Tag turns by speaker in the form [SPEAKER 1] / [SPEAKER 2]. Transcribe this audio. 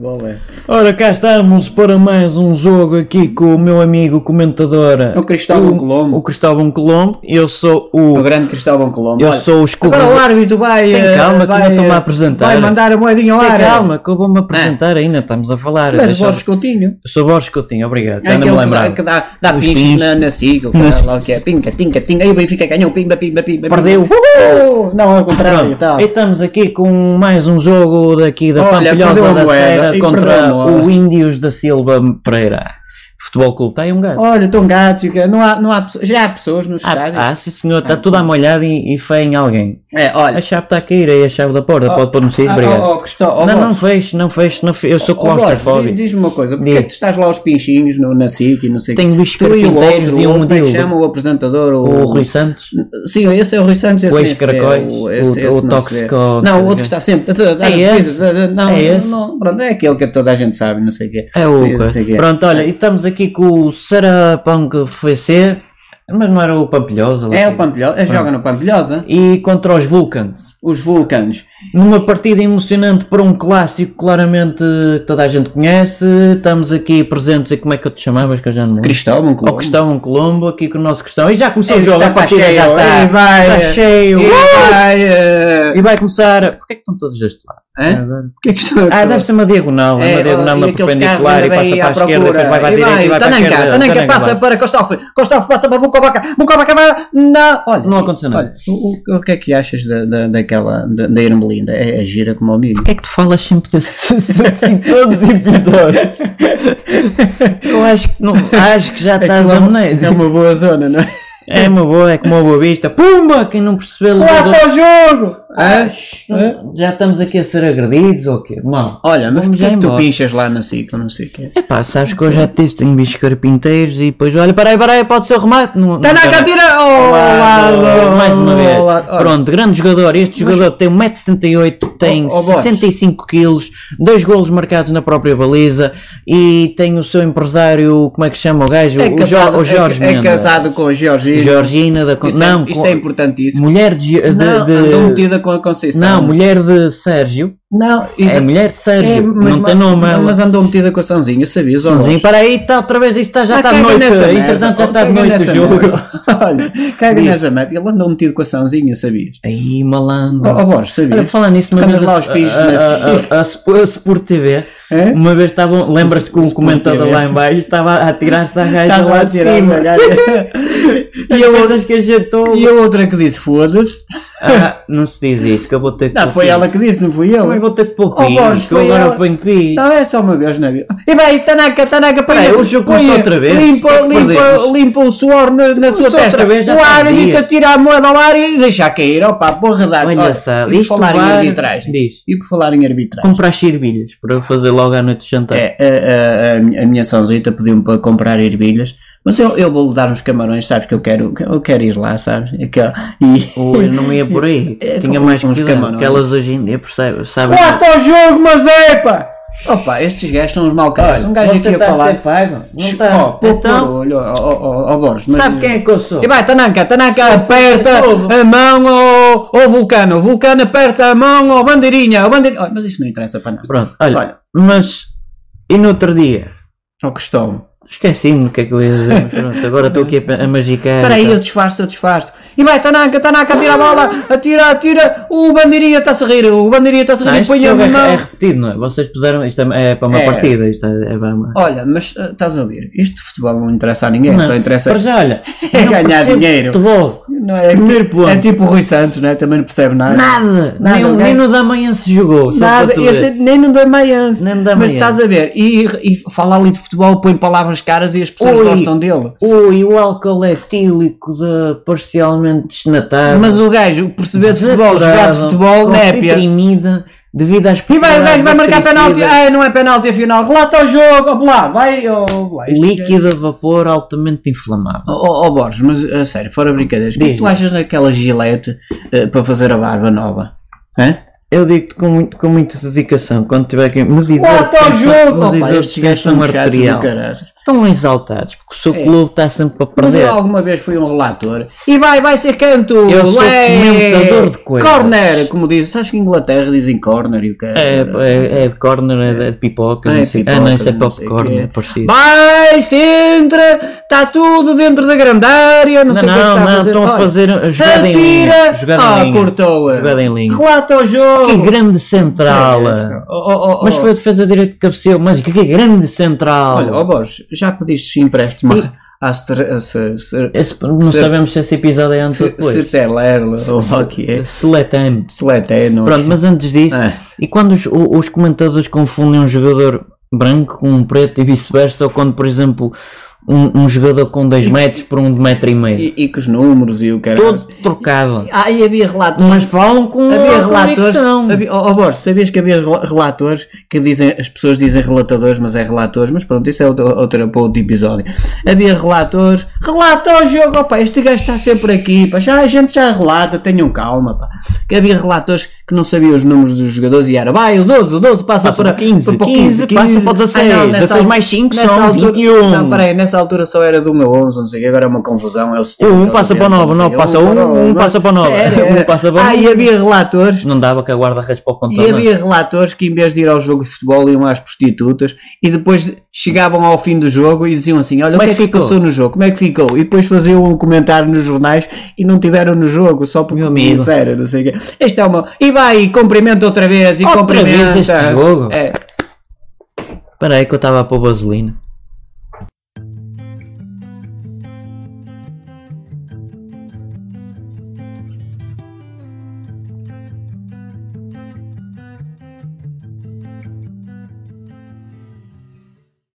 [SPEAKER 1] Bom, é.
[SPEAKER 2] Ora, cá estamos para mais um jogo aqui com o meu amigo comentador.
[SPEAKER 1] É O Cristóvão Colombo. É
[SPEAKER 2] O Cristóvão Colombo. Eu sou o.
[SPEAKER 1] O grande Cristóvão Colombo.
[SPEAKER 2] Eu
[SPEAKER 1] Olha,
[SPEAKER 2] sou o
[SPEAKER 1] Agora o
[SPEAKER 2] escorregão.
[SPEAKER 1] árbitro vai.
[SPEAKER 2] Tem
[SPEAKER 1] eh,
[SPEAKER 2] calma que
[SPEAKER 1] vai,
[SPEAKER 2] ainda estou-me a
[SPEAKER 1] eh,
[SPEAKER 2] apresentar.
[SPEAKER 1] Vai mandar a moedinha ao ar.
[SPEAKER 2] Tem calma, que eu vou-me apresentar ainda. Estamos a falar.
[SPEAKER 1] Ah. Tu és o
[SPEAKER 2] Deixa-
[SPEAKER 1] Borges Coutinho.
[SPEAKER 2] Eu sou Borges Coutinho, obrigado. Já
[SPEAKER 1] É
[SPEAKER 2] não
[SPEAKER 1] aquele
[SPEAKER 2] me
[SPEAKER 1] que dá,
[SPEAKER 2] lembrava.
[SPEAKER 1] que dá, dá
[SPEAKER 2] Os
[SPEAKER 1] pinches
[SPEAKER 2] pinches.
[SPEAKER 1] na, na sigla, que
[SPEAKER 2] Nas-
[SPEAKER 1] dá lá o que é. Pinga, tinga, tinga. Aí o Benfica ganhou. Pimba, pimba, pimba.
[SPEAKER 2] Perdeu.
[SPEAKER 1] pimba. Uhul! Não, é o contrário.
[SPEAKER 2] Pronto, Então.
[SPEAKER 1] Tá.
[SPEAKER 2] e estamos aqui com mais um jogo daqui da
[SPEAKER 1] Olha, perdeu
[SPEAKER 2] Pampilhosa
[SPEAKER 1] a
[SPEAKER 2] da
[SPEAKER 1] moeda
[SPEAKER 2] Serra
[SPEAKER 1] e perdeu
[SPEAKER 2] contra
[SPEAKER 1] a moeda.
[SPEAKER 2] o Índios da Silva Pereira. Futebol Clube tem um gato.
[SPEAKER 1] Olha, tão gato. que Não há, não há, pessoas- já há pessoas nos estádios.
[SPEAKER 2] Ah, ah, sim senhor, está tudo amolhado e, e feio em alguém.
[SPEAKER 1] É, olha.
[SPEAKER 2] A chave está a cair aí, a chave da porta, pode pôr no sítio,
[SPEAKER 1] Ah,
[SPEAKER 2] Ah, obrigado.
[SPEAKER 1] ó, ó, Cristó- ó,
[SPEAKER 2] não,
[SPEAKER 1] Borges.
[SPEAKER 2] não fecho, não fecho, não fecho. eu sou
[SPEAKER 1] Ó, Borges,
[SPEAKER 2] claustrofóbico.
[SPEAKER 1] diz- Diz-me uma coisa, porque
[SPEAKER 2] Diz.
[SPEAKER 1] é que tu estás lá aos pinchinhos no, na SIC e não sei o quê?
[SPEAKER 2] Tenho
[SPEAKER 1] Tu e o
[SPEAKER 2] biscoiteiros
[SPEAKER 1] outro,
[SPEAKER 2] e
[SPEAKER 1] o,
[SPEAKER 2] um
[SPEAKER 1] como é que
[SPEAKER 2] dildo.
[SPEAKER 1] chama o apresentador?
[SPEAKER 2] O Rui Santos,
[SPEAKER 1] Sim, esse é o Rui Santos, esse
[SPEAKER 2] o
[SPEAKER 1] nem se vê,
[SPEAKER 2] ex-caracóis,
[SPEAKER 1] o-
[SPEAKER 2] o,
[SPEAKER 1] esse-
[SPEAKER 2] o
[SPEAKER 1] esse não se vê.
[SPEAKER 2] tóxico.
[SPEAKER 1] Não, o outro que está sempre. tá,
[SPEAKER 2] É esse?
[SPEAKER 1] Não,
[SPEAKER 2] É esse?
[SPEAKER 1] não, pronto, é aquele que toda a gente sabe, não sei o quê.
[SPEAKER 2] É
[SPEAKER 1] Sim,
[SPEAKER 2] o
[SPEAKER 1] não sei o quê.
[SPEAKER 2] Pronto, olha, e estamos aqui com o Sarapunk FC, mas não era o Pampilhosa.
[SPEAKER 1] É o Pampilhosa, joga no Pampilhosa,
[SPEAKER 2] E contra os Vulcans.
[SPEAKER 1] os Vulcans.
[SPEAKER 2] Numa partida emocionante para um clássico claramente que toda a gente conhece. Estamos aqui presentes e como é que eu te chamavas que eu já não me lembro?
[SPEAKER 1] Cristóvão
[SPEAKER 2] Ao
[SPEAKER 1] Colombo.
[SPEAKER 2] Cristão Colombo, aqui com o nosso Cristão. E já começou
[SPEAKER 1] Ei,
[SPEAKER 2] o jogo,
[SPEAKER 1] está
[SPEAKER 2] a partida
[SPEAKER 1] cheio,
[SPEAKER 2] já está,
[SPEAKER 1] ei, vai,
[SPEAKER 2] está
[SPEAKER 1] eh,
[SPEAKER 2] cheio.
[SPEAKER 1] E vai, eh,
[SPEAKER 2] E vai começar. Porquê que estão todos deste lado?
[SPEAKER 1] hã?
[SPEAKER 2] Agora-
[SPEAKER 1] Porquê que estou-
[SPEAKER 2] É. Ah, deve ser uma diagonal, é,
[SPEAKER 1] É,
[SPEAKER 2] uma diagonal,
[SPEAKER 1] e
[SPEAKER 2] uma
[SPEAKER 1] aqueles
[SPEAKER 2] perpendicular
[SPEAKER 1] carros
[SPEAKER 2] e passa
[SPEAKER 1] andam aí
[SPEAKER 2] para a
[SPEAKER 1] à
[SPEAKER 2] esquerda, depois vai tá para a
[SPEAKER 1] procura.
[SPEAKER 2] direita e vai para a
[SPEAKER 1] Tananca,
[SPEAKER 2] esquerda.
[SPEAKER 1] Tananca
[SPEAKER 2] Tananca,
[SPEAKER 1] passa
[SPEAKER 2] vai.
[SPEAKER 1] para Costalfe, Costalfe passa para Bucovaca, Bucovaca vai... Não! Olha,
[SPEAKER 2] Não aconteceu nada.
[SPEAKER 1] Olha, o, o- o que é que achas da, da, daquela, da, da Irmelinda? É, é gira como ao milho?
[SPEAKER 2] Porquê é que tu falas sempre desse assunto em todos os episódios? Eu acho que, não, acho que já estás
[SPEAKER 1] Aquilo é uma- É
[SPEAKER 2] amnésico.
[SPEAKER 1] uma boa zona, não é?
[SPEAKER 2] É uma boa, é como uma boa vista. Pumba! Quem não percebeu levou do-
[SPEAKER 1] ao jogo!
[SPEAKER 2] Ah, shh, Já estamos aqui a ser agredidos ou quê? Mal.
[SPEAKER 1] Olha, mas
[SPEAKER 2] Vamos
[SPEAKER 1] porquê
[SPEAKER 2] já
[SPEAKER 1] é que tu
[SPEAKER 2] embora.
[SPEAKER 1] pinchas lá na cicla, não sei o quê?
[SPEAKER 2] Epá, sabes que eu já te disse, tenho bichos carpinteiros e depois, olha, peraí, peraí, pode ser remate. Não, não
[SPEAKER 1] Tanaka,
[SPEAKER 2] dá.
[SPEAKER 1] tira!
[SPEAKER 2] Ao
[SPEAKER 1] ao
[SPEAKER 2] lado,
[SPEAKER 1] lado,
[SPEAKER 2] mais uma
[SPEAKER 1] ao
[SPEAKER 2] vez.
[SPEAKER 1] lado. Olha,
[SPEAKER 2] Pronto, grande jogador. Este jogador tem 1,78m, tem
[SPEAKER 1] Oh, oh, Borges.
[SPEAKER 2] 65 kg, dois golos marcados na própria baliza e tem o seu empresário, como é que chama o gajo?
[SPEAKER 1] É
[SPEAKER 2] o,
[SPEAKER 1] casado,
[SPEAKER 2] Jo- o Jorge
[SPEAKER 1] é, é
[SPEAKER 2] Mendes.
[SPEAKER 1] casado com a Georgina.
[SPEAKER 2] Georgina da Con-
[SPEAKER 1] Isso,
[SPEAKER 2] não,
[SPEAKER 1] é, isso
[SPEAKER 2] com-
[SPEAKER 1] é importantíssimo.
[SPEAKER 2] mulher de, de-
[SPEAKER 1] não,
[SPEAKER 2] de-
[SPEAKER 1] andou metida com a Conceição.
[SPEAKER 2] não, mulher de Sérgio.
[SPEAKER 1] Não,
[SPEAKER 2] É
[SPEAKER 1] isso
[SPEAKER 2] mulher de Sérgio,
[SPEAKER 1] É, mas-
[SPEAKER 2] não tem nome.
[SPEAKER 1] mas,
[SPEAKER 2] ela.
[SPEAKER 1] mas andou metida com a Sãozinha, sabias? ó,
[SPEAKER 2] Sonzinho,
[SPEAKER 1] Borges?
[SPEAKER 2] para aí, está outra vez, isto está- já
[SPEAKER 1] Ah,
[SPEAKER 2] está de
[SPEAKER 1] caga
[SPEAKER 2] noite.
[SPEAKER 1] nessa merda,
[SPEAKER 2] Entretanto, já
[SPEAKER 1] ó,
[SPEAKER 2] está de
[SPEAKER 1] caga
[SPEAKER 2] noite o
[SPEAKER 1] nessa
[SPEAKER 2] jogo.
[SPEAKER 1] merda. Olha, caga
[SPEAKER 2] Diz.
[SPEAKER 1] nessa merda. Ele andou metido com a Sãozinha, sabias?
[SPEAKER 2] Aí,
[SPEAKER 1] Ó
[SPEAKER 2] malandro.
[SPEAKER 1] ó, Borges,
[SPEAKER 2] Olha,
[SPEAKER 1] sabias?
[SPEAKER 2] falando nisso, uma
[SPEAKER 1] Tocamos
[SPEAKER 2] vez
[SPEAKER 1] lá
[SPEAKER 2] a-
[SPEAKER 1] os pisos
[SPEAKER 2] a-
[SPEAKER 1] na
[SPEAKER 2] a,
[SPEAKER 1] ah,
[SPEAKER 2] a, a, Sp- a Sport TV,
[SPEAKER 1] É?
[SPEAKER 2] uma vez estavam, lembra-se que um
[SPEAKER 1] Sport
[SPEAKER 2] comentador
[SPEAKER 1] TV.
[SPEAKER 2] lá em baixo estava a tirar-se a gaja
[SPEAKER 1] Estás
[SPEAKER 2] lá
[SPEAKER 1] lá
[SPEAKER 2] de
[SPEAKER 1] tirado,
[SPEAKER 2] cima.
[SPEAKER 1] olha.
[SPEAKER 2] E a outra que agitou.
[SPEAKER 1] E a outra que disse, foda-se.
[SPEAKER 2] Ah, não se diz isso, que eu vou ter que.
[SPEAKER 1] Não, foi
[SPEAKER 2] pôr
[SPEAKER 1] ela que disse, não fui eu.
[SPEAKER 2] pis. Mas vou ter é que pôr
[SPEAKER 1] Oh, Borges,
[SPEAKER 2] pis, que eu
[SPEAKER 1] foi
[SPEAKER 2] agora
[SPEAKER 1] ela.
[SPEAKER 2] ponho pis.
[SPEAKER 1] Não, é só uma vez na vida. E bem, Tanaka, Tanaka, põe
[SPEAKER 2] Peraí, o jogo
[SPEAKER 1] põe-
[SPEAKER 2] começou outra vez.
[SPEAKER 1] Limpa,
[SPEAKER 2] Porque
[SPEAKER 1] limpa,
[SPEAKER 2] perdemos.
[SPEAKER 1] limpa o suor na, na sua
[SPEAKER 2] Começou
[SPEAKER 1] testa.
[SPEAKER 2] outra vez, já
[SPEAKER 1] o
[SPEAKER 2] está dia.
[SPEAKER 1] árbitro tira a moeda ao ar e deixa cair. Opa, porra da
[SPEAKER 2] Olha só,
[SPEAKER 1] E por
[SPEAKER 2] isto
[SPEAKER 1] falar em
[SPEAKER 2] vai-
[SPEAKER 1] arbitragem.
[SPEAKER 2] Diz.
[SPEAKER 1] E por falar em arbitragem.
[SPEAKER 2] Comprar ervilhas para eu fazer logo à noite de jantar.
[SPEAKER 1] É, a, a- a minha- a minha Sãozita pediu-me para comprar ervilhas, mas eu, eu vou lhe dar uns camarões, sabes que eu quero, eu quero ir lá, sabes? Aquela- e...
[SPEAKER 2] Ou eu não ia por aí.
[SPEAKER 1] É,
[SPEAKER 2] Tinha
[SPEAKER 1] com-
[SPEAKER 2] mais
[SPEAKER 1] com os
[SPEAKER 2] cuidado.
[SPEAKER 1] camarões.
[SPEAKER 2] que elas hoje em dia, percebe? Sabe?
[SPEAKER 1] ao jogo, mas é, pá! Opa, estes gajos são uns mau caras, um gajo aqui a falar...
[SPEAKER 2] pago? tá Não
[SPEAKER 1] Oh,
[SPEAKER 2] está.
[SPEAKER 1] pô,
[SPEAKER 2] Então,
[SPEAKER 1] barulho, ó, ó, ó, ó, Borges, mas-
[SPEAKER 2] sabe quem é que eu sou?
[SPEAKER 1] E vai, Tananca, Tananca, aperta
[SPEAKER 2] fogo.
[SPEAKER 1] a mão ao, ao Vulcano, Vulcano aperta a mão ao Bandeirinha, ao Bandeirinha... Oh, mas isto não interessa para nada.
[SPEAKER 2] Pronto, olha,
[SPEAKER 1] Olha.
[SPEAKER 2] mas e no outro dia?
[SPEAKER 1] Ó questão.
[SPEAKER 2] Esqueci-me do que é que eu ia dizer, mas pronto, agora estou aqui a, pe- a magicar.
[SPEAKER 1] Espera
[SPEAKER 2] e
[SPEAKER 1] aí,
[SPEAKER 2] tal.
[SPEAKER 1] eu disfarço, eu disfarço. E vai, tá Tananca, Tananca, atira a bola, atira, atira. O bandeirinha está a rir, o bandeirinha está a
[SPEAKER 2] Não,
[SPEAKER 1] rir,
[SPEAKER 2] este
[SPEAKER 1] põe a
[SPEAKER 2] jogo é,
[SPEAKER 1] mão.
[SPEAKER 2] é repetido, não é? Vocês puseram, isto é, é para uma
[SPEAKER 1] É.
[SPEAKER 2] partida, isto é, é para uma...
[SPEAKER 1] Olha, mas ah, estás a ouvir? Isto de futebol não interessa a ninguém,
[SPEAKER 2] Não,
[SPEAKER 1] É, só interessa.
[SPEAKER 2] Para já, olha,
[SPEAKER 1] É
[SPEAKER 2] não
[SPEAKER 1] ganhar
[SPEAKER 2] percebo
[SPEAKER 1] dinheiro.
[SPEAKER 2] futebol,
[SPEAKER 1] Não é,
[SPEAKER 2] primeiro ponto.
[SPEAKER 1] é tipo o Rui Santos, né? também não percebe nada.
[SPEAKER 2] nada,
[SPEAKER 1] Nada,
[SPEAKER 2] nem, o- nem
[SPEAKER 1] ganha-
[SPEAKER 2] no da manhã se jogou, só
[SPEAKER 1] Nada,
[SPEAKER 2] para tu
[SPEAKER 1] esse-
[SPEAKER 2] ver.
[SPEAKER 1] nem no da Maiança.
[SPEAKER 2] Nem no da
[SPEAKER 1] Mas
[SPEAKER 2] Maiança.
[SPEAKER 1] estás a ver? E, e falar ali de futebol põe palavras caras e as pessoas
[SPEAKER 2] Ui.
[SPEAKER 1] gostam dele.
[SPEAKER 2] Ui, o álcool etílico da parcialmente desnatado.
[SPEAKER 1] Mas o gajo perceber de futebol, jogar
[SPEAKER 2] desaturado,
[SPEAKER 1] de futebol, é
[SPEAKER 2] com
[SPEAKER 1] népia.
[SPEAKER 2] citrimida, devido às
[SPEAKER 1] E vai, o gajo vai marcar penalti.
[SPEAKER 2] bactericidas.
[SPEAKER 1] Ah, não é penalti, afinal. Relata o jogo. Vamos lá, vai. Oh, lá, isto-
[SPEAKER 2] Líquido a vapor altamente inflamável.
[SPEAKER 1] Ó oh, Borges, mas a sério, fora brincadeiras, o que é que
[SPEAKER 2] Diz-me.
[SPEAKER 1] tu achas daquela gilete eh, para fazer a barba nova? Hã?
[SPEAKER 2] Eu digo-te com, muito, com muita dedicação, quando tiver aqui medidor
[SPEAKER 1] Quatro
[SPEAKER 2] de
[SPEAKER 1] ao
[SPEAKER 2] tensão-
[SPEAKER 1] jogo!
[SPEAKER 2] medidor
[SPEAKER 1] Opa,
[SPEAKER 2] de
[SPEAKER 1] estes gajos
[SPEAKER 2] tensão
[SPEAKER 1] são chatos do
[SPEAKER 2] arterial.
[SPEAKER 1] caralho.
[SPEAKER 2] estão exaltados porque o seu
[SPEAKER 1] É.
[SPEAKER 2] clube está sempre a
[SPEAKER 1] Mas
[SPEAKER 2] perder.
[SPEAKER 1] eu alguma vez fui um relator. E vai, vai ser canto!
[SPEAKER 2] Eu sou
[SPEAKER 1] lé,
[SPEAKER 2] comentador de coisas.
[SPEAKER 1] Corner, como diz. Sabes que em Inglaterra dizem corner e o que
[SPEAKER 2] É, é, é de corner, é de, é de pipoca,
[SPEAKER 1] É
[SPEAKER 2] não sei.
[SPEAKER 1] pipoca,
[SPEAKER 2] ah, não, isso é
[SPEAKER 1] não sei o
[SPEAKER 2] popcorn,
[SPEAKER 1] quê.
[SPEAKER 2] é parecido.
[SPEAKER 1] Vai, se entra! Está tudo dentro da grande área, não,
[SPEAKER 2] Não,
[SPEAKER 1] sei o que é que
[SPEAKER 2] não,
[SPEAKER 1] está a
[SPEAKER 2] não,
[SPEAKER 1] fazer.
[SPEAKER 2] estão a
[SPEAKER 1] Olha,
[SPEAKER 2] fazer a jogada em linha.
[SPEAKER 1] Atira!
[SPEAKER 2] Jogada
[SPEAKER 1] ah,
[SPEAKER 2] em linha.
[SPEAKER 1] cortou-a.
[SPEAKER 2] Jogada em linha.
[SPEAKER 1] Relata o
[SPEAKER 2] Que
[SPEAKER 1] jogo!
[SPEAKER 2] grande central!
[SPEAKER 1] É, oh, oh, oh,
[SPEAKER 2] Mas
[SPEAKER 1] oh.
[SPEAKER 2] foi a defesa direita que cabeceou, mas que grande central!
[SPEAKER 1] Olha, ó Borges, já pediste empréstimo a, a, Ser- a, Ser- Ser-
[SPEAKER 2] Esse- não
[SPEAKER 1] se-
[SPEAKER 2] sabemos se esse episódio é antes ou
[SPEAKER 1] Ser-
[SPEAKER 2] depois. Oh,
[SPEAKER 1] Sertelerle, ou lá o que é.
[SPEAKER 2] Seletano.
[SPEAKER 1] Seletano.
[SPEAKER 2] Pronto, mas antes disso,
[SPEAKER 1] Ah.
[SPEAKER 2] e quando os, o- os comentadores confundem um jogador branco com um preto e vice-versa, ou quando, por exemplo, um, um jogador com 2 metros por um de metro e meio,
[SPEAKER 1] E, e com os números e o que era.
[SPEAKER 2] todo trocado,
[SPEAKER 1] Ah, e havia relatores.
[SPEAKER 2] mas falam com
[SPEAKER 1] Havia
[SPEAKER 2] uma
[SPEAKER 1] relatores.
[SPEAKER 2] convicção.
[SPEAKER 1] Havia, oh, oh, Borges, sabias que havia rela- relatores que dizem. As pessoas dizem relatadores, mas é relatores. Mas pronto, isso é outro, outro, para outro episódio. Havia relatores. Relata o jogo, opa. Este gajo está sempre aqui. Pá, já, a gente já relata, tenham calma. Pá. Que havia relatores que não sabiam os números dos jogadores e era. Vai, o 12, o 12 passa,
[SPEAKER 2] Passa
[SPEAKER 1] para
[SPEAKER 2] para 15,
[SPEAKER 1] para o
[SPEAKER 2] 15, passa para o 16, 16 mais 5
[SPEAKER 1] nessa
[SPEAKER 2] são
[SPEAKER 1] altura,
[SPEAKER 2] 21.
[SPEAKER 1] Não, peraí, nessa altura só era de 1 a 11, não sei o quê, agora é uma confusão. É o 70,
[SPEAKER 2] Um passa para o
[SPEAKER 1] 80,
[SPEAKER 2] nove,
[SPEAKER 1] não sei o
[SPEAKER 2] nove
[SPEAKER 1] quê,
[SPEAKER 2] passa um,
[SPEAKER 1] para o
[SPEAKER 2] um
[SPEAKER 1] nove.
[SPEAKER 2] passa para o nove,
[SPEAKER 1] Era,
[SPEAKER 2] um
[SPEAKER 1] era.
[SPEAKER 2] passa para o
[SPEAKER 1] Ah, e
[SPEAKER 2] nove.
[SPEAKER 1] havia relatores.
[SPEAKER 2] Não dava que a guarda-redes para o pontão.
[SPEAKER 1] E
[SPEAKER 2] não é?
[SPEAKER 1] havia relatores que em vez de ir ao jogo de futebol iam às prostitutas e depois chegavam ao fim do jogo e diziam assim, olha o
[SPEAKER 2] Como é
[SPEAKER 1] que é
[SPEAKER 2] que
[SPEAKER 1] que se
[SPEAKER 2] ficou?
[SPEAKER 1] passou no jogo, como é que ficou? E depois faziam um comentário nos jornais e não tiveram no jogo, só porque
[SPEAKER 2] Meu amigo.
[SPEAKER 1] Sério, não sei o quê. Isto é uma... E vai, e cumprimenta outra vez, e
[SPEAKER 2] Outra
[SPEAKER 1] cumprimenta.
[SPEAKER 2] vez este jogo?
[SPEAKER 1] É.
[SPEAKER 2] Espera aí que eu estava a pôr vaselina.